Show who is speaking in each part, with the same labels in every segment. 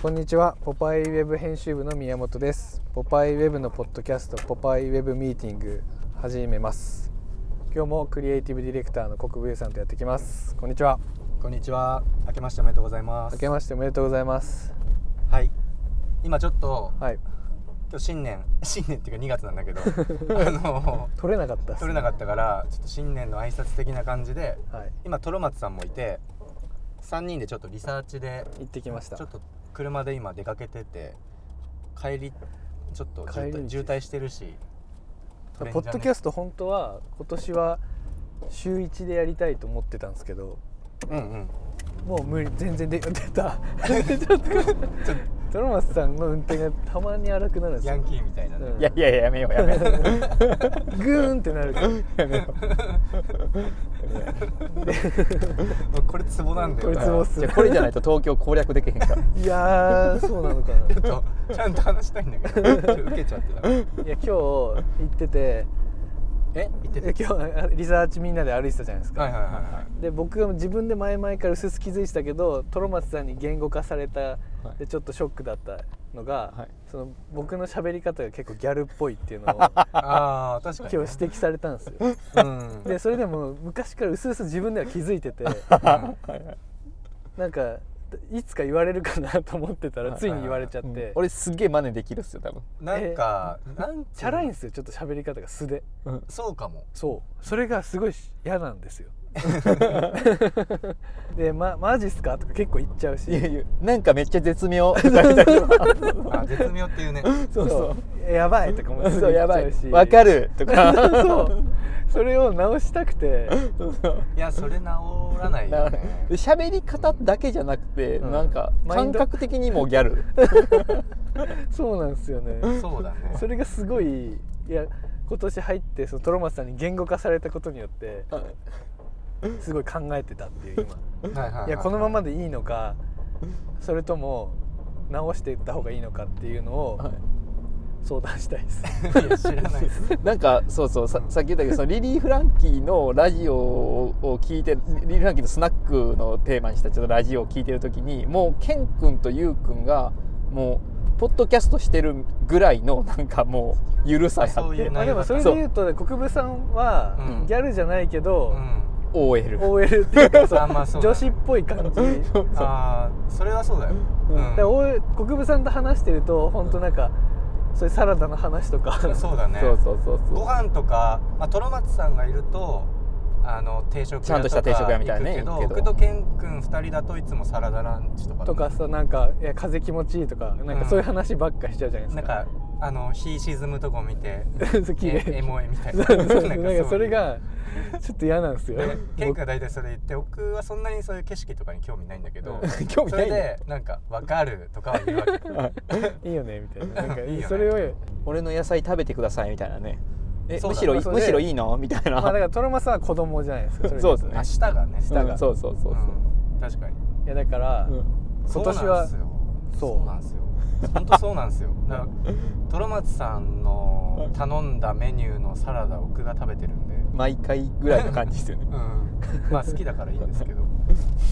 Speaker 1: こんにちはポパイウェブ編集部の宮本ですポパイウェブのポッドキャストポパイウェブミーティング始めます今日もクリエイティブディレクターの国分さんとやってきますこんにちは
Speaker 2: こんにちは。明けましておめでとうございます。
Speaker 1: 明けましておめでとうございます
Speaker 2: はい。今ちょっと、
Speaker 1: はい
Speaker 2: 今日新年、 新年っていうか2月なんだけ ど、あの
Speaker 1: 取れなかったっす
Speaker 2: 取れなかったから、ちょっと新年の挨拶的な感じで、
Speaker 1: はい
Speaker 2: 今トロマツさんもいて、3人でちょっとリサーチで、
Speaker 1: 行ってきました
Speaker 2: ちょっと車で今出かけてて、帰りちょっと
Speaker 1: 帰り
Speaker 2: 渋
Speaker 1: 道
Speaker 2: 滞渋滞してるし、取れんじ
Speaker 1: ポ
Speaker 2: ゃね
Speaker 1: ッドキャスト本当は今年は週1でやりたいと思ってたんですけど
Speaker 2: うん
Speaker 1: もう無理全然で出た トロマスさんの運転がたまに荒くなるんで
Speaker 2: うん。
Speaker 1: す
Speaker 2: ヤ
Speaker 1: よ
Speaker 2: ンキーみたいなね。
Speaker 1: うん
Speaker 3: いやいやいややめようやめよう
Speaker 1: グーンってなるから
Speaker 3: やめよう
Speaker 2: これツボなんだよ
Speaker 1: これツボっす
Speaker 3: じゃあこれじゃないと東京攻略できへんから
Speaker 1: いやーそうなのかな
Speaker 2: ちょっとちゃんと話したいんだけど、ちょっと受けちゃっ てた。
Speaker 1: いや今日行ってて
Speaker 2: え言ってた
Speaker 1: え今日あリサーチみんなで歩いてたじゃないですか、
Speaker 2: はいはいはいはい
Speaker 1: で僕が自分で前々から薄々気づいてたけどトロマツさんに言語化された、
Speaker 3: い
Speaker 1: でちょっとショックだったのが、
Speaker 3: はい
Speaker 1: その僕の喋り方が結構ギャルっぽいっていう のを
Speaker 2: ああ確
Speaker 1: 今
Speaker 2: か
Speaker 1: 日
Speaker 2: に
Speaker 1: 指摘されたんですよ
Speaker 2: うん
Speaker 1: でそれでも昔から薄々自分で は気づいててなんかいつか言われるかなと思ってたらついに言われちゃって、
Speaker 3: 俺すっげえ真似できるっすよ多分
Speaker 2: なんかなん
Speaker 1: チャラいんですすよちょっと喋り方が素で
Speaker 2: そうかも
Speaker 1: そうそれがすごい嫌なんです よで、ま「マジっすか?」とか結構言っちゃうし
Speaker 3: いやいやなんかめっちゃ絶妙そ
Speaker 2: あ絶妙っていうね
Speaker 3: うそう
Speaker 1: えやばい」とかもすぐ
Speaker 3: そう
Speaker 1: 言
Speaker 3: や
Speaker 1: っち
Speaker 3: ば
Speaker 1: ゃう
Speaker 3: い
Speaker 1: し
Speaker 3: わかるとか
Speaker 1: そうそれを直したくて
Speaker 2: いやそれ直らないよね
Speaker 3: で喋り方だけじゃなくて、
Speaker 1: うん
Speaker 3: なんか
Speaker 1: マイン
Speaker 3: 感
Speaker 1: ド
Speaker 3: 覚的にもギ ャル
Speaker 1: そうなんですよね
Speaker 2: そうだね
Speaker 1: それがすごいいや今年入ってそのトロマツさんに言語化されたことによってすごい考えてたっていう今
Speaker 2: はいはい
Speaker 1: やこのまま
Speaker 2: で
Speaker 1: でいいのかそれとも直していった方がいいのかっていうのを
Speaker 3: は
Speaker 1: 相談したいです
Speaker 2: いや知らないです
Speaker 3: いなんかそうそうささっき言ったけどそのリリー・フランキーのラジオを聞いてリリー・フランキーのスナックのテーマにしたちょっとラジオを聞いてる時にもうケン君とユウ君がもうポッドキャストしてるぐらいのなんかもうゆるさや
Speaker 2: そ
Speaker 3: っ
Speaker 2: ういう
Speaker 3: て
Speaker 1: まあでもそれで言うと国分さんは
Speaker 2: うん
Speaker 1: ギャルじゃないけど、
Speaker 2: うん
Speaker 3: OL
Speaker 1: OL っていうかそう
Speaker 2: あまあそうだ
Speaker 1: 女
Speaker 2: ね
Speaker 1: 子っぽい感じだか
Speaker 2: ああそれはそうだようん
Speaker 1: ら OL 国分さんと話してると本当なんかそういうサラダの話とか
Speaker 2: そうだね
Speaker 3: そうそうそうそう
Speaker 2: ご飯とかまあトロマツさんがいるとあの定食屋とか
Speaker 3: ちゃんとした定食屋みたいな
Speaker 2: 行くけ
Speaker 3: ね
Speaker 2: ど
Speaker 3: 行くけ
Speaker 2: 僕
Speaker 3: ど
Speaker 2: とケン君二人だといつもサラダランチとか
Speaker 1: とかさなんかいや風気持ちいいとかなんかそういう話ばっかしちゃうじゃないです
Speaker 2: なん
Speaker 1: か。
Speaker 2: かあの日沈むとこ見て
Speaker 1: そう綺麗
Speaker 2: えエモいみたい
Speaker 1: そう
Speaker 2: な
Speaker 1: そうそう
Speaker 2: な
Speaker 1: なんん
Speaker 2: かそう
Speaker 1: かそれがちょっと嫌なんですよ。
Speaker 2: でケン君は大体それ言って僕はそんなにそういう景色とかに興味ないんだけど
Speaker 3: 興味
Speaker 2: そ
Speaker 3: な
Speaker 2: れ
Speaker 3: いね
Speaker 2: でなんか「分かる」とかは言うわけ
Speaker 1: いいよねみたいな。なんか
Speaker 2: いいよね
Speaker 1: それを
Speaker 3: 俺の野菜食べてくださいみたいなねえ
Speaker 2: そう
Speaker 3: む
Speaker 2: だ
Speaker 3: しろ
Speaker 1: まあそれ
Speaker 3: むしろいいのみたいな、
Speaker 1: まあだからトロマさんは子供じゃないですか。れ
Speaker 3: そうですね
Speaker 2: 明日がね
Speaker 1: 下が
Speaker 3: うんそうそうそうそう、
Speaker 2: うん確かに
Speaker 1: いやだから、
Speaker 3: うん
Speaker 1: 今年はそう
Speaker 2: そうなんですよそうなんですよ本当そうなんですよだからトロマツさんの頼んだメニューのサラダを僕が食べてるんで
Speaker 3: 毎回ぐらいの感じですよね
Speaker 2: うんまあ好きだからいいんですけど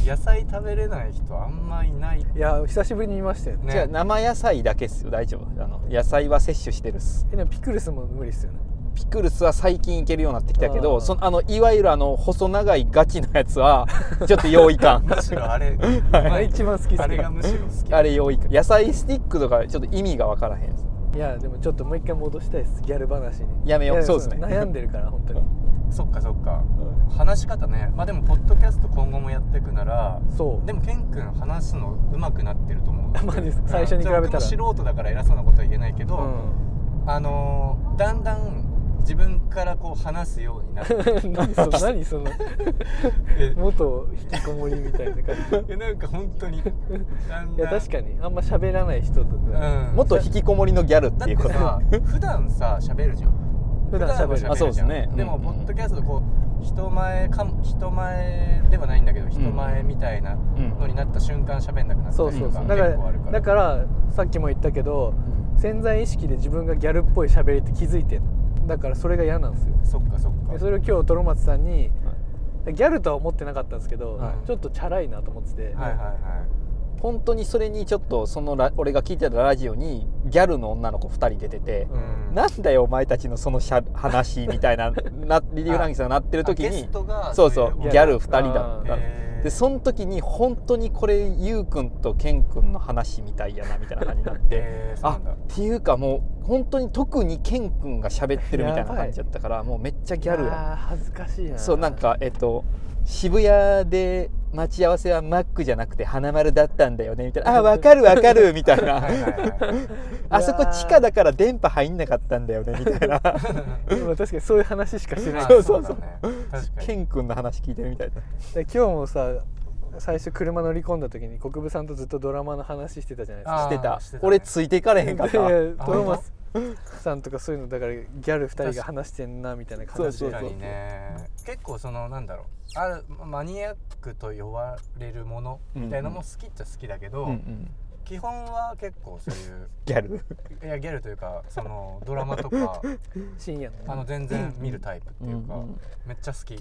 Speaker 2: 野菜食べれない人あんまいない
Speaker 1: いや久しぶりに見ましたよね。
Speaker 2: ね
Speaker 3: じゃあ生野菜だけっすよ大丈夫あの野菜は摂取してるっす
Speaker 1: えでもピクルスも無理ですよね。
Speaker 3: ピクルスは最近いけるようになってきたけ
Speaker 1: あー
Speaker 3: どそのあのいわゆるあの細長いガチのや つはちょっと用意感
Speaker 2: むしろあれ
Speaker 1: あれ一番好きっすね
Speaker 2: あれがむしろ好き
Speaker 3: あれ用意感野菜スティックとかちょっと意味がわからへんです
Speaker 1: いやでもちょっともう一回戻したいですギャル話に。
Speaker 3: やめよう
Speaker 1: い
Speaker 3: そうですね
Speaker 1: 悩んでるから本 当に。
Speaker 2: そっかそっか話し方ねまあでもポッドキャスト今後もやっていくなら
Speaker 1: そう。
Speaker 2: でもケン君話すの上手くなってると思 う
Speaker 1: マジです
Speaker 2: うん
Speaker 1: 最初に比べたら
Speaker 2: 僕も素人だから偉そうなことは言えないけ
Speaker 1: う
Speaker 2: ど、あのーだんだん自分からこう話すように なって
Speaker 1: ん。何 その何その
Speaker 2: え
Speaker 1: 元引きこもりみたいな感じ。
Speaker 2: いやなんか本当にだん
Speaker 1: い
Speaker 2: だ
Speaker 1: や
Speaker 2: ん
Speaker 1: 確かにあんま喋らない人とか、
Speaker 2: うん
Speaker 3: もっと引きこもりのギャルっ
Speaker 2: だって
Speaker 3: いう
Speaker 2: て
Speaker 3: こと
Speaker 2: さ普段さ喋るじゃん
Speaker 1: 普段喋る
Speaker 2: 普
Speaker 3: あそう
Speaker 2: るじ
Speaker 3: です
Speaker 2: ゃん
Speaker 3: ね
Speaker 2: でも、
Speaker 3: うん
Speaker 2: ポッドキャストこう人前かも人前ではないんだけど人前みたいなのになった瞬間喋んなくなった
Speaker 1: そ
Speaker 2: り
Speaker 1: うそ
Speaker 2: と
Speaker 1: う
Speaker 2: か
Speaker 1: そう
Speaker 2: 結
Speaker 1: だから
Speaker 2: 構あるから
Speaker 1: だからさっきも言ったけど潜在意識で自分がギャルっぽい喋りって気づいてんのだからそれが嫌なんですよ
Speaker 2: そっかそっか
Speaker 1: でそれを今日トロマツさんに、ギャルとは思ってなかったんですけど、
Speaker 2: はい
Speaker 1: ちょっとチャラいなと思ってて、
Speaker 2: はいはいはい
Speaker 3: 本当にそれにちょっとそのラ俺が聞いてたラジオにギャルの女の子2人出てて
Speaker 2: う、ん
Speaker 3: なんだよお前たちのそのしゃ話みたいな なリリー・フランキーさんがなってる時
Speaker 2: あゲ
Speaker 3: に
Speaker 2: ストが
Speaker 3: そうそ
Speaker 2: い
Speaker 3: うギ
Speaker 2: の
Speaker 3: ャル2人だった
Speaker 2: へー
Speaker 3: でその時に本当にこれゆうくんとけんくんの話みたいやなみたいな感じになっ て。
Speaker 2: へーそうな
Speaker 3: あ
Speaker 2: んだ
Speaker 3: っていうかもう本当に特にケンくんが喋ってるみたいな感じだったからもうめっちゃギャルや
Speaker 1: あー恥ずかしいな
Speaker 3: そうなん かえっと渋谷で待ち合わせはマックじゃなくて花丸だったんだよねみたいな「あわかるわかる」みたいな
Speaker 2: はいはいはい
Speaker 3: 「あそこ地下だから電波入んなかったんだよね」みたいな
Speaker 1: でも確かにそういう話しか してない
Speaker 2: まあ
Speaker 3: そうそうそう
Speaker 2: だね確か
Speaker 3: ケ
Speaker 2: に
Speaker 3: ン君の話聞いてるみたいな
Speaker 1: で今日もさ最初車乗り込んだ時に国分さんとずっとドラマの話してたじゃないですか
Speaker 2: あー
Speaker 3: してた
Speaker 2: してたね
Speaker 3: 俺ついていかれへんかった
Speaker 1: で
Speaker 2: あ
Speaker 1: トロマスさんとかそういうのだからギャル2人が話してんなみたいな感じ
Speaker 3: そう
Speaker 2: 確
Speaker 1: で
Speaker 3: そ
Speaker 2: か
Speaker 3: う
Speaker 2: にね結構そのなんだろうあるマニアックと呼ばれるものみたいなのも好きっちゃ好きだけど、
Speaker 3: うんうん
Speaker 2: 基本は結構そういう
Speaker 3: ギャル
Speaker 2: いやギャルというかそのドラマとか
Speaker 1: 深夜の
Speaker 2: あの全然見るタイプっていうか、
Speaker 3: うんうん
Speaker 2: めっちゃ好きえ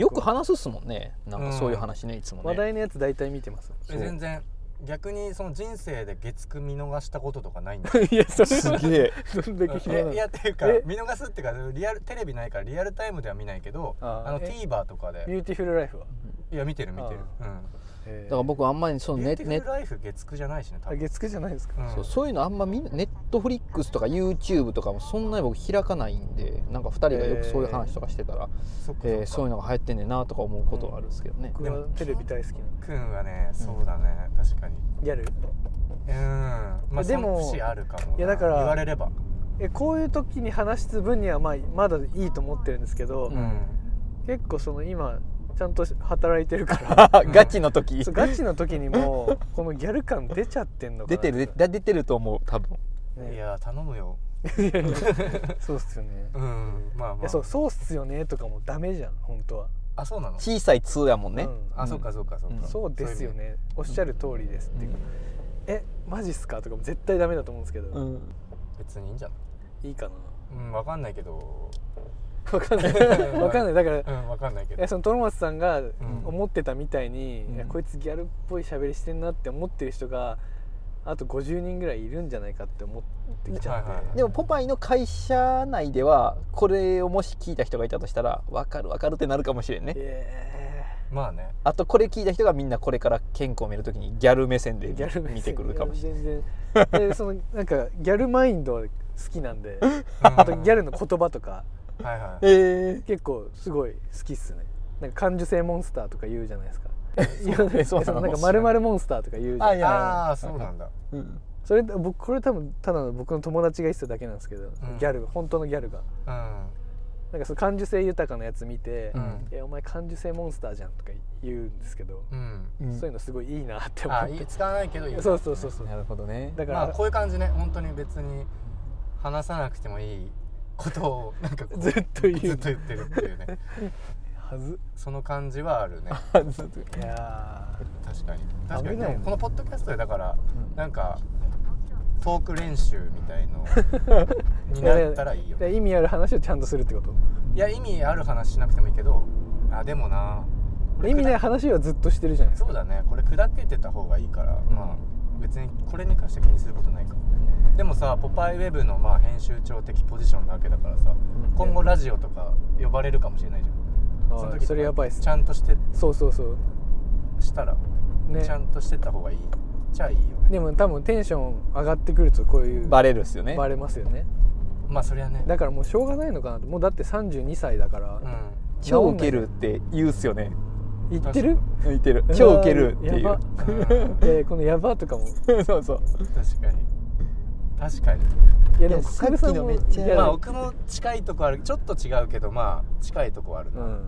Speaker 3: よく話すっすもんねなんかそういう話ねいつもね
Speaker 1: 話題のやつ大体見てます
Speaker 3: そう
Speaker 2: 全然逆にその人生で月9見逃したこととかないんだよ
Speaker 1: いやそ
Speaker 3: すげえ
Speaker 1: どんだけ暇なの
Speaker 2: えいやっていうか
Speaker 1: え
Speaker 2: 見逃すっていうかリアルテレビないからリアルタイムでは見ないけど
Speaker 1: あ
Speaker 2: あ
Speaker 1: ー
Speaker 2: の
Speaker 1: え
Speaker 2: TVer とか
Speaker 1: ビ
Speaker 2: で
Speaker 1: ューティフルライフはい
Speaker 2: や見てる見てるうん
Speaker 1: だ
Speaker 3: だから僕あんまりその
Speaker 2: ビ
Speaker 3: ネ
Speaker 2: ューティ
Speaker 3: ネ
Speaker 2: フルライフ月9じゃないしね多分、
Speaker 1: 月9じゃないですか
Speaker 2: うん
Speaker 3: そうそういうのあんまみんネットフリックスとか YouTube とかもそんなに僕開かないんでなんか2人がよくそういう話とかしてたら、
Speaker 2: そっかそっか
Speaker 3: えーそういうのが流行ってんねんなとか思うことはあるんですけどね、
Speaker 1: 僕はテレビ大好きなの
Speaker 2: くんはねそうだね、確かに
Speaker 1: ギャル
Speaker 2: うんまあ
Speaker 1: で
Speaker 2: で
Speaker 1: も
Speaker 2: も節あるかもない
Speaker 1: やだから
Speaker 2: 言われれば
Speaker 1: えこういう時に話す分にはまあまだいいと思ってるんですけど、
Speaker 3: うん
Speaker 1: 結構その今ちゃんと働いてる から
Speaker 3: あガチの時
Speaker 1: そうガチの時にもこのギャル感出ちゃってんのか
Speaker 3: 出
Speaker 1: な
Speaker 3: てる出出てると思う多分
Speaker 2: い
Speaker 1: ね、
Speaker 2: や頼むよ
Speaker 1: そうっすよね、
Speaker 2: うんまあ
Speaker 1: い
Speaker 2: ま
Speaker 1: や
Speaker 2: あ
Speaker 1: そうそうっすよねとかもダメじゃん本当は
Speaker 2: あそうなの
Speaker 3: 小さい2やもんね、
Speaker 1: うん
Speaker 2: あ、そうかそうかそうか、
Speaker 3: うん
Speaker 1: そうですよ
Speaker 2: そういう意味
Speaker 1: ねおっしゃる通りですっていう、えマジっすかとかも絶対ダメだと思うんですけど、
Speaker 3: うん
Speaker 2: 別にいいんじゃない
Speaker 1: いいかな
Speaker 2: うんわかんないけど
Speaker 1: 分かん ない分かんないだから、
Speaker 2: うんわかんないけ
Speaker 1: い
Speaker 2: ど
Speaker 1: やそのトロマツさんが
Speaker 2: ん
Speaker 1: 思ってたみたいに、
Speaker 3: うん
Speaker 1: いやこいつギャルっぽい喋りしてんなって思ってる人があと50人ぐらいいるんじゃないかって思ってきちゃって、
Speaker 2: はいはいはい
Speaker 3: でもポパイの会社内ではこれをもし聞いた人がいたとしたら分かる分かるってなるかもしれんね
Speaker 1: え
Speaker 2: まあね
Speaker 3: あとこれ聞いた人がみんなこれから健康を見るときにギャル目線で
Speaker 1: ーギャル目線
Speaker 3: 見てくるかもし
Speaker 1: い
Speaker 3: れ
Speaker 1: や全然でそのなんかギャルマインド好きなん で
Speaker 2: うん
Speaker 1: あとギャルの言葉とか
Speaker 2: はいはい
Speaker 3: ないえ
Speaker 1: 結構すごい好きっすねなんか感受性モンスターとか言うじゃないですか言わないです
Speaker 3: そう
Speaker 1: か
Speaker 3: なの
Speaker 1: なんかまるまるモンスターとか言うじゃ
Speaker 3: あ
Speaker 1: ん
Speaker 3: いや
Speaker 2: ああそうなんだ
Speaker 3: うん
Speaker 1: それ僕これ多分ただの僕の友達が言ってただけなんですけど、
Speaker 2: ん
Speaker 1: ギャル本当のギャルが
Speaker 2: うん
Speaker 1: なんかその感受性豊かなやつ見て「
Speaker 2: うん
Speaker 1: えお前感受性モンスターじゃん」とか言うんですけど、
Speaker 2: うん
Speaker 3: うん
Speaker 1: そういうのすごいいいなって思
Speaker 2: あ
Speaker 1: っ
Speaker 2: いい
Speaker 1: て
Speaker 2: 使わないけどいい
Speaker 1: そうそうそうそう
Speaker 3: なるほどね
Speaker 1: だから、
Speaker 2: まあこういう感じね本当に別に話さなくてもいいことをなんかこ う
Speaker 1: ずっと言う
Speaker 2: ずっと言ってるっていうね
Speaker 1: はず
Speaker 2: その感じはある
Speaker 1: い
Speaker 2: ね
Speaker 1: や
Speaker 2: 確かに確か
Speaker 1: 危
Speaker 2: に
Speaker 1: ない
Speaker 2: でもこのポッドキャストでだから
Speaker 3: うん
Speaker 2: なんかトーク練習みたいのに
Speaker 1: ーいや
Speaker 2: なったらいいよ
Speaker 1: や意味ある話をちゃんとするってこと
Speaker 2: いや意味ある話しなくてもいいけどあでもなこれ
Speaker 1: 意味ない
Speaker 2: 砕
Speaker 1: 話はずっとしてるじゃないですか
Speaker 2: そうだねこれ砕けてた方がいいから、まあ別にこれに関しては気にすることないかでもさ「ポパイウェブのまあ編集長的ポジションなわけだからさ今後ラジオとか呼ばれるかもしれないじゃん
Speaker 1: あー
Speaker 2: の時と
Speaker 1: そ
Speaker 2: か
Speaker 1: れやばいっす
Speaker 2: ちゃんとして
Speaker 1: そうそうそう
Speaker 2: したら、
Speaker 1: ね
Speaker 2: ちゃんとしてった方がいいじゃあいいよね
Speaker 1: でも多分テンション上がってくるとこういう
Speaker 3: バレるっすよね
Speaker 1: バレますよね
Speaker 2: まあそりゃね
Speaker 1: だからもうしょうがないのかなってもうだって32歳だから、
Speaker 2: うん
Speaker 3: 超ウケるって言うっすよね
Speaker 1: 言ってる
Speaker 3: 言ってる超ウケるっていう
Speaker 1: やば えーこの「やば」とかも
Speaker 3: そうそう
Speaker 2: 確かに確かに
Speaker 1: いやでも
Speaker 3: いや
Speaker 1: 久々
Speaker 3: さっきのめっちゃ
Speaker 1: いや
Speaker 2: まあ僕も近いとこあるちょっと違うけどまあ近いとこある
Speaker 1: う
Speaker 2: な、
Speaker 1: ん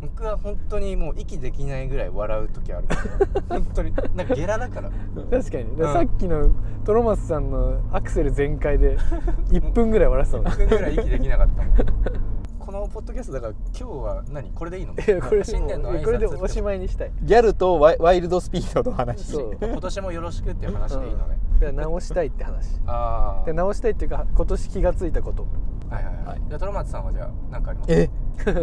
Speaker 2: 僕は本当にもう息できないぐらい笑う時あるから 本当になんかゲラだから
Speaker 1: 確かに、
Speaker 2: うん
Speaker 1: さっきのトロマスさんのアクセル全開 で1分ぐ らい笑ってたの
Speaker 2: 1分ぐらい息できなかったもんこのポッドキャストだから今日は何これでいいの
Speaker 1: いやこれ
Speaker 2: 新年の挨拶って
Speaker 1: これでおしまいにしたい
Speaker 3: ギャルとワイワイルドスピードの話
Speaker 1: そう
Speaker 2: 今年もよろしくっていう話でいいのね、
Speaker 1: だから直したいって話
Speaker 2: ああ
Speaker 1: で直したいっていうか今年気がついたこと
Speaker 2: はいはいはい、
Speaker 3: はい
Speaker 2: じゃあトロマツさんはじゃあ何かあります
Speaker 3: え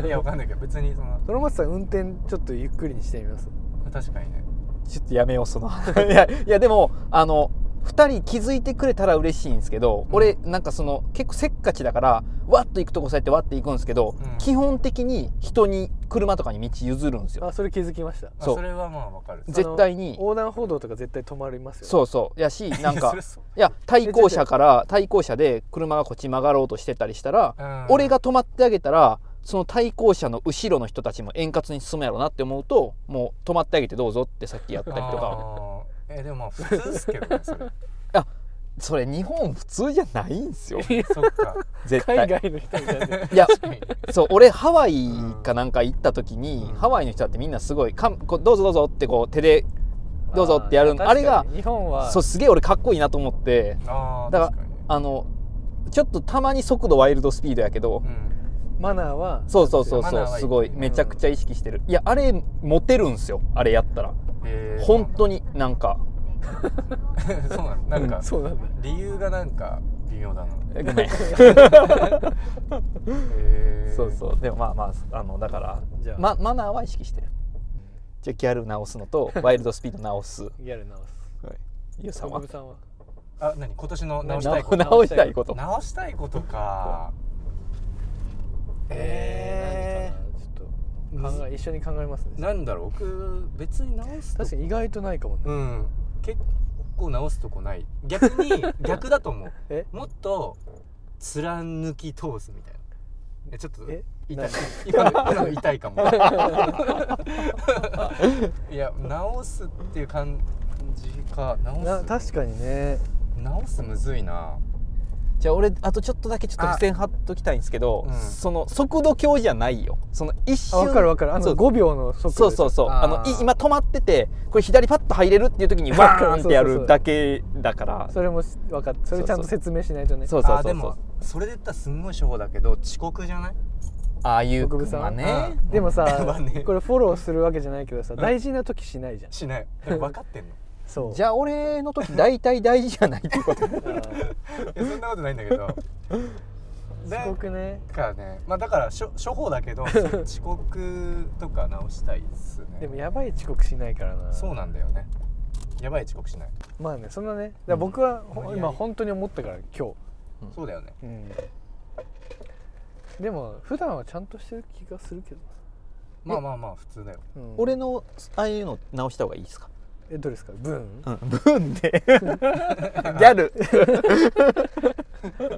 Speaker 2: いやわかんないけど別にその
Speaker 1: トロマスさん運転ちょっとゆっくりにしてみます
Speaker 2: 確かにね
Speaker 3: ちょっとやめようそ のいやいやでもあの2人気づいてくれたら嬉しいんですけど、
Speaker 2: うん
Speaker 3: 俺なんかその結構せっかちだからわっと行くとこそうやってわって行くんですけど、
Speaker 2: うん
Speaker 3: 基本的に人に車とかに道譲るんですよ
Speaker 1: あそれ気づきました
Speaker 2: あ
Speaker 3: そう
Speaker 2: それはまあわかる
Speaker 3: 絶対に
Speaker 1: 横断歩道とか絶対止まりますよね
Speaker 3: そう そうやしなん
Speaker 2: そ
Speaker 3: か
Speaker 2: れそう
Speaker 3: いや対向車から対向車で車がこっち曲がろうとしてたりしたら、
Speaker 2: うん
Speaker 3: 俺が止まってあげたらその対向車の後ろの人たちも円滑に進むやろうなって思うともう止まってあげてどうぞってさっきやったりとか
Speaker 2: あーえでもまあ普通っすけどねそれ
Speaker 3: それ日本普通じゃないん ですよ
Speaker 2: そっか
Speaker 3: 絶対
Speaker 1: 海外の人みたいで
Speaker 3: いや
Speaker 2: 確かに
Speaker 3: そう俺ハワイかなんか行った時に、
Speaker 2: うん
Speaker 3: ハワイの人だってみんなすごいかんこうどうぞどうぞってこう手でどうぞってやるあれが
Speaker 1: 確かに日本は
Speaker 3: そうすげえ俺かっこいいなと思って
Speaker 2: あー
Speaker 3: だから
Speaker 2: 確かに
Speaker 3: あのちょっとたまに速度ワイルドスピードやけど、
Speaker 2: うん
Speaker 1: マナーは
Speaker 3: そうそうそう
Speaker 2: マ
Speaker 3: そ
Speaker 2: ナー
Speaker 3: う
Speaker 2: はいい
Speaker 3: すごい
Speaker 2: うん
Speaker 3: めちゃくちゃ意識してる、いやあれモテるんすよあれやったら
Speaker 2: えー
Speaker 3: 本当になんか
Speaker 2: そうなのなんか
Speaker 1: そうなんだ
Speaker 2: 理由がなんか微妙だな
Speaker 3: ごめん
Speaker 2: えー
Speaker 3: そうそうでもまあまああのだから
Speaker 1: じゃあ、
Speaker 3: ま、マナーは意識してるじゃあギャル直すのとワイルドスピード直す
Speaker 1: ギャル直す
Speaker 3: ゆうさん
Speaker 1: 小
Speaker 3: は
Speaker 1: 籔さんは
Speaker 2: あ何今年の直
Speaker 3: 直
Speaker 2: したいこ
Speaker 1: な
Speaker 2: と
Speaker 3: 直したいこと
Speaker 2: 直したいことかえ
Speaker 1: ー何かなちょっと考え一緒に考えます
Speaker 2: ー、
Speaker 1: ね
Speaker 2: なんだろう僕別に直すと
Speaker 1: 確かに意外とないかもね、
Speaker 2: うん結構直すとこない逆 に逆だと思う
Speaker 1: え
Speaker 2: もっと貫き通すみたいなえちょっと
Speaker 1: え
Speaker 2: 痛い
Speaker 1: 何
Speaker 2: 今の今の痛いかも いや直すっていう感じか
Speaker 1: な
Speaker 2: 直す
Speaker 1: 確かにね
Speaker 2: 直すむずいな
Speaker 3: じゃあ俺あとちょっとだけちょっと
Speaker 2: あ
Speaker 3: 付箋貼っときたいんですけど、
Speaker 2: うん
Speaker 3: その速度表じゃないよその一
Speaker 1: あ
Speaker 3: 瞬
Speaker 1: 分かる分かるあ
Speaker 3: そ
Speaker 1: の
Speaker 3: う
Speaker 1: 5秒の速度
Speaker 3: そうそう
Speaker 1: う
Speaker 3: そう
Speaker 2: あー
Speaker 3: あのい今止まっててこれ左パッと入れるっていう時にワーンってや
Speaker 1: そうそうそ
Speaker 3: る
Speaker 1: う
Speaker 3: だけだから
Speaker 1: それも分かっそれちゃんと説明しないとね
Speaker 3: そうそう
Speaker 2: あ
Speaker 3: そ
Speaker 2: で
Speaker 3: うそう
Speaker 2: もそれで言ったらすんごい初歩だけど遅刻じゃない
Speaker 3: ああいう
Speaker 1: 国分さん
Speaker 3: まあね
Speaker 2: うん
Speaker 1: でもさ、
Speaker 2: まあね
Speaker 1: これフォローするわけじゃないけどさ大事な時しないじゃん
Speaker 2: しないでも分かってんの
Speaker 1: そう
Speaker 3: じゃあ俺の時大体大事じゃないっていうこと
Speaker 1: あー
Speaker 2: いやそんなことないんだけど
Speaker 1: すごくね
Speaker 2: だからねまあだから処処方だけど遅刻とか直したいっすね
Speaker 1: でもやばい遅刻しないからな
Speaker 2: そうなんだよねやばい遅刻しない、
Speaker 1: まあねそんなねだから僕は、ほ
Speaker 2: うん
Speaker 1: 今本当に思ったから今
Speaker 3: うん
Speaker 2: そうだよね
Speaker 1: 日、うん、でも普段はちゃんとしてる気がするけど
Speaker 2: まあまあまあ普通だよ
Speaker 1: な、うん
Speaker 3: 俺のああいうの直した方がいいですか
Speaker 1: えどれですか ブーン
Speaker 3: うん ブンでギャ
Speaker 1: い
Speaker 3: ル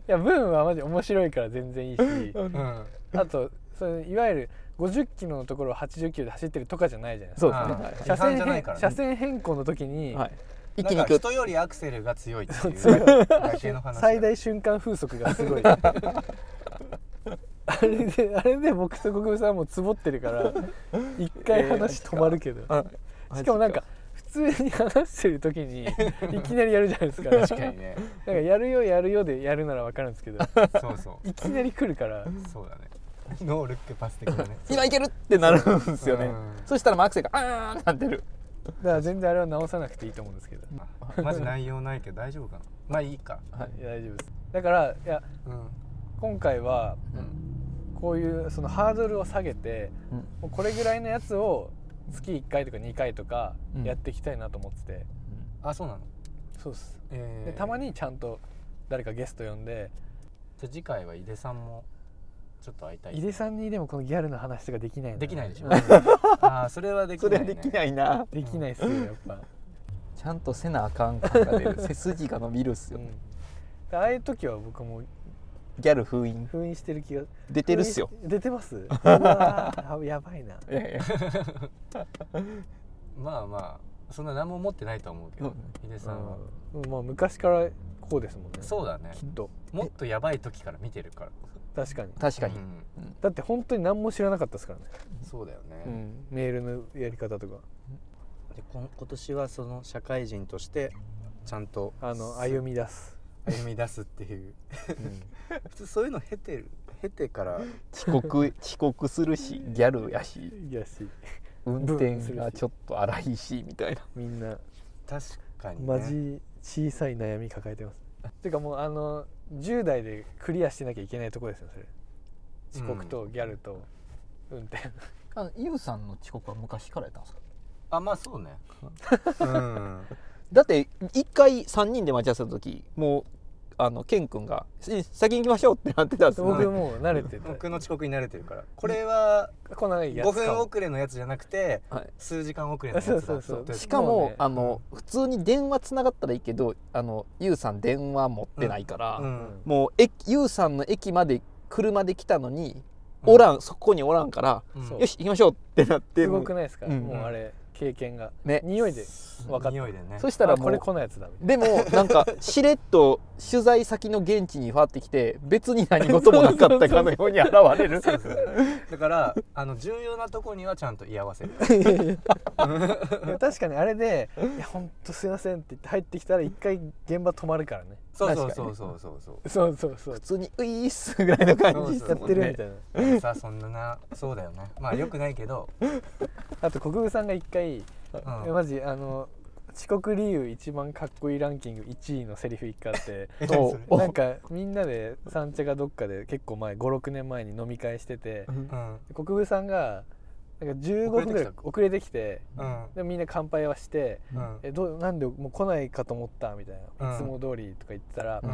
Speaker 1: やブーンはマジ面白いから全然いいし
Speaker 2: うんあ
Speaker 1: あとそのいわゆる50キロのところを80キロで走ってるとかじゃないじゃないです
Speaker 3: そ
Speaker 1: か
Speaker 3: うで
Speaker 2: あ違
Speaker 3: すねはい
Speaker 1: 車
Speaker 2: 反
Speaker 1: 線
Speaker 2: じゃない
Speaker 1: 変
Speaker 2: からね
Speaker 1: 車線変更の時に、
Speaker 3: はい
Speaker 2: な
Speaker 3: 一気
Speaker 2: ん
Speaker 3: に
Speaker 2: か
Speaker 3: 行く
Speaker 2: 人よりアクセルが強いっていうだけの話だ
Speaker 1: 最大瞬間風速がすごいあれであれで僕と国分さんはもうつぼってるから一回話止まるけど、しかもなんか普通に話してる時にいきなりやるじゃないですか
Speaker 2: 確かにね
Speaker 1: なんかやるよやるよでやるならわかるんですけど
Speaker 2: そうそう
Speaker 1: いきなり来るから
Speaker 2: そうだねノールックパス的なね
Speaker 3: 今いけるってなるんですよね
Speaker 2: うん
Speaker 3: そしたらマークセがあーんなってる
Speaker 1: だから全然あれは直さなくていいと思うんですけど、
Speaker 2: あマジ内容ないけど大丈夫かなまあいいか
Speaker 3: はい
Speaker 1: いや大丈夫ですだからいや
Speaker 2: うん
Speaker 1: 今回は
Speaker 2: うん
Speaker 1: こういうそのハードルを下げて
Speaker 3: うん
Speaker 1: もうこれぐらいのやつを月1回とか2回とか
Speaker 3: うん
Speaker 1: やっていきたいなと思ってて、
Speaker 2: あそうなの
Speaker 1: そうっす
Speaker 2: え
Speaker 1: で
Speaker 2: ー
Speaker 1: たまにちゃんと誰かゲスト呼んで
Speaker 2: じゃあ次回は井出さんもちょっと会いたい
Speaker 1: 井出さんにでもこのギャルの話とかできないな
Speaker 2: できないでしょ
Speaker 1: うん
Speaker 2: あーそれはでき
Speaker 3: そ
Speaker 2: な
Speaker 3: れ
Speaker 2: い、ね、
Speaker 3: できないな
Speaker 1: できないっすよやっぱ、
Speaker 3: ちゃんとせなあかん感が出 る背筋が伸びるっす
Speaker 1: う
Speaker 3: よ
Speaker 1: ん、でああいう時は僕も
Speaker 3: ギャル封印
Speaker 1: 封印してる気が
Speaker 3: 出てるっすよ
Speaker 1: 封印出て ますうわーあやばいない
Speaker 3: やいや
Speaker 2: まあまあそんな何も持ってないと思うけど、井出さんは、
Speaker 1: うんまあ昔からこうですもんね
Speaker 2: そうだね
Speaker 1: きっと
Speaker 2: もっとやばい時から見てるから
Speaker 1: 確かに
Speaker 3: 確かに
Speaker 2: うん
Speaker 1: だって本当に何も知らなかったですからね、
Speaker 2: そうだよね、
Speaker 1: うん、メールのやり方とか
Speaker 2: でこん今年はその社会人としてちゃんと
Speaker 1: あの歩み出す
Speaker 2: み歩み出すっていう 普通そういうの経てる経てから
Speaker 3: 遅刻遅刻するしギャルやし
Speaker 1: いやし
Speaker 3: 運転がちょっと荒いしみたいな
Speaker 1: みんな
Speaker 2: 確かに、ね、
Speaker 1: マジ小さい悩み抱えてますていうかもうあの10代でクリアしてなきゃいけないとこですよそれ遅刻とギャルと運転、
Speaker 3: あのゆうさんの遅刻は昔からやったんですか
Speaker 2: あまあそうねうん
Speaker 3: だって一回3人で待ち合わせた時もうあのケン君が「え先に行きましょう」ってなってたんですよ
Speaker 1: 僕
Speaker 3: ね
Speaker 1: もう慣れてて
Speaker 2: 僕の遅刻に慣れてるからこれは
Speaker 1: このや
Speaker 2: 5
Speaker 1: つか
Speaker 2: 分
Speaker 1: も
Speaker 2: 遅れのやつじゃなくて
Speaker 3: はい
Speaker 2: 数時間遅れのやつだ
Speaker 1: そうそうそう
Speaker 3: しかも
Speaker 1: もうね
Speaker 3: あの普通に電話つながったらいいけどあのゆうさん電話持ってないから、
Speaker 2: うん
Speaker 3: もう駅ゆうさんの駅まで車で来たのに、
Speaker 2: うん
Speaker 3: おらんそこにおらんから、
Speaker 2: うん
Speaker 1: そう
Speaker 3: よし行きましょうってなって
Speaker 1: すごくないですか、
Speaker 3: うん
Speaker 1: もうあれ経験が、
Speaker 3: ね
Speaker 1: 匂いで分かった
Speaker 2: 匂いでね
Speaker 3: そしたた
Speaker 1: ら
Speaker 3: らもう
Speaker 1: これこのやつだみたい
Speaker 3: でもなんかしれっと取材先の現地にファってきて別に何事もなかったかのよ うに現れる
Speaker 2: だからあの重要なとこにはちゃんと居合わせる
Speaker 1: な でも確かにあれで「いやほんとすいません」って言って入ってきたら一回現場止まるからね
Speaker 2: そうそう
Speaker 3: 確か
Speaker 2: そ
Speaker 3: に
Speaker 2: うそうそうそう
Speaker 1: そうそうそう
Speaker 3: 普通に「ういっす」ぐらいの感じです
Speaker 1: や
Speaker 3: も
Speaker 1: っ
Speaker 3: んね
Speaker 1: てるみたいな、
Speaker 2: でもさそんななそうだよねまあよくないけど、
Speaker 1: あと国分さんが一回、
Speaker 2: うん
Speaker 1: えマジあの遅刻理由一番かっこいいランキング1位のセリフ一回あって
Speaker 2: え 何それ
Speaker 3: お
Speaker 1: なんかみんなで三茶がどっかで結構前56年前に飲み会してて
Speaker 2: うん
Speaker 1: 国分さんがなんか15分ぐらい遅れてきて
Speaker 2: うん
Speaker 1: でみんな乾杯はして
Speaker 2: う
Speaker 1: 「
Speaker 2: ん
Speaker 1: えどうなんでもう来ないかと思った」みたいな「
Speaker 2: うん
Speaker 1: いつも通り」とか言ってたら、
Speaker 2: う
Speaker 1: い
Speaker 2: ん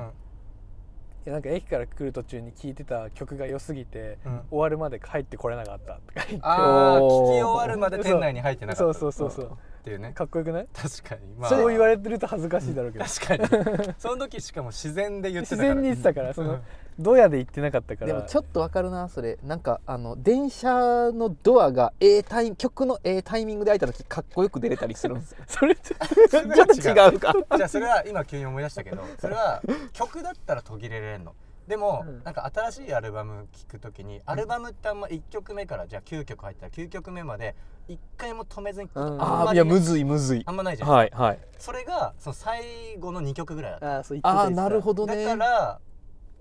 Speaker 1: やなんか駅から来る途中に聴いてた曲が良すぎて
Speaker 2: うん
Speaker 1: 終わるまで帰ってこれなかったとか言って
Speaker 2: あー
Speaker 3: おー
Speaker 2: 聞き終わるまで店内に入ってなか
Speaker 1: そ
Speaker 2: っ
Speaker 1: う
Speaker 2: た
Speaker 1: そうそう
Speaker 2: っ
Speaker 1: そう
Speaker 2: ていうね
Speaker 1: かっこよくない、
Speaker 2: 確かにまあ
Speaker 1: そう言われてると恥ずかしいだろうけど、
Speaker 2: 確かにその時しかも自然で言って
Speaker 1: 自
Speaker 2: たから
Speaker 1: 然に言ってたからそ
Speaker 2: うん
Speaker 1: のドヤで言ってなかったから
Speaker 3: でもちょっとわかるなそれなんかあの電車のドアが A タイ曲の A タイミングで開いた時かっこよく出れたりするんです よ
Speaker 1: それって
Speaker 3: ちょ っと違うか
Speaker 2: じゃあそれは今急に思い出したけどそれは曲だったら途切れれんのでも、
Speaker 1: うん
Speaker 2: なんか新しいアルバム聴くときにアルバムってあんま1曲目からじゃあ9曲入ったら9曲目まで1回も止めずに、
Speaker 1: うん
Speaker 3: ああいやむずいむずい
Speaker 2: あんまないじゃん、
Speaker 3: はいはい
Speaker 2: それがその最後の2曲ぐらいだった
Speaker 1: ああそう言ってた
Speaker 3: あ
Speaker 1: 言っ
Speaker 3: あ
Speaker 1: てた
Speaker 3: なるほど
Speaker 2: だ
Speaker 3: ね
Speaker 2: から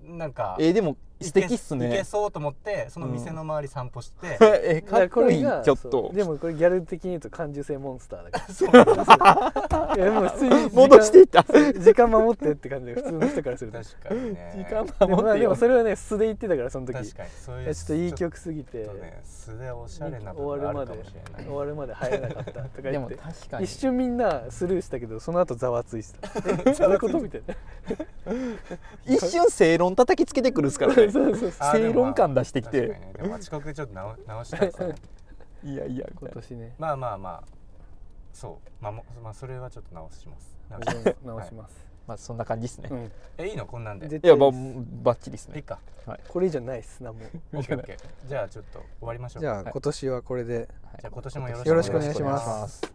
Speaker 2: なんか
Speaker 3: えーでも素敵っす
Speaker 2: いけいけ
Speaker 3: ね
Speaker 2: そうと思ってその店の周り散歩して、
Speaker 3: えー
Speaker 1: だか
Speaker 3: からっこいいちょっ
Speaker 1: そ
Speaker 3: と
Speaker 1: うでもこれギャル的に言うと感受性モンスターだか
Speaker 2: そう確から
Speaker 1: いやでも普通に時間
Speaker 3: 戻していった
Speaker 1: 時間守ってって感じで普通の人からすると
Speaker 2: にね
Speaker 3: 時間
Speaker 1: でも
Speaker 3: 守
Speaker 1: ま
Speaker 3: っ
Speaker 1: あ
Speaker 3: て
Speaker 1: でも
Speaker 3: よ
Speaker 1: それはね素で言ってたからその時いや
Speaker 2: 確かにそういう
Speaker 1: ちょっといい曲すぎて
Speaker 2: ちょっとね素でおしゃれな
Speaker 1: 終
Speaker 2: 部分
Speaker 1: わ
Speaker 2: あ
Speaker 1: るま
Speaker 2: る
Speaker 1: で
Speaker 2: かもしれない
Speaker 1: 終わるまで入れなかったとか
Speaker 3: で
Speaker 1: 言っ
Speaker 3: も
Speaker 1: て
Speaker 3: 確かに
Speaker 1: 一瞬みんなスルーしたけどその後ざわついした えどういうことみたいな
Speaker 3: 一瞬正論叩きつけてくるっすから ね
Speaker 1: そうそうそう
Speaker 2: あーでも
Speaker 3: 正論感出してき
Speaker 2: 確
Speaker 3: て
Speaker 2: かにねでも遅刻ちょっと直直したいで すね
Speaker 3: いやいや
Speaker 1: 今年ね
Speaker 2: まあまあまあそうまあもまあそれはちょっと直します直します
Speaker 1: 自分直します
Speaker 3: まあそんな感じですね
Speaker 1: うん
Speaker 2: えいいのこんなんで
Speaker 1: 絶
Speaker 3: いや
Speaker 1: 対
Speaker 3: ば
Speaker 1: です
Speaker 3: ばっちりです
Speaker 2: いい
Speaker 3: ね
Speaker 2: か
Speaker 1: これ以上ないっす何も
Speaker 2: オッケーオッケーじゃあちょっと終わりましょう
Speaker 1: じゃあ
Speaker 3: はい
Speaker 1: 今年はこれで
Speaker 2: じゃあ今年もよろしく
Speaker 1: よろしくお願いします
Speaker 2: お願いします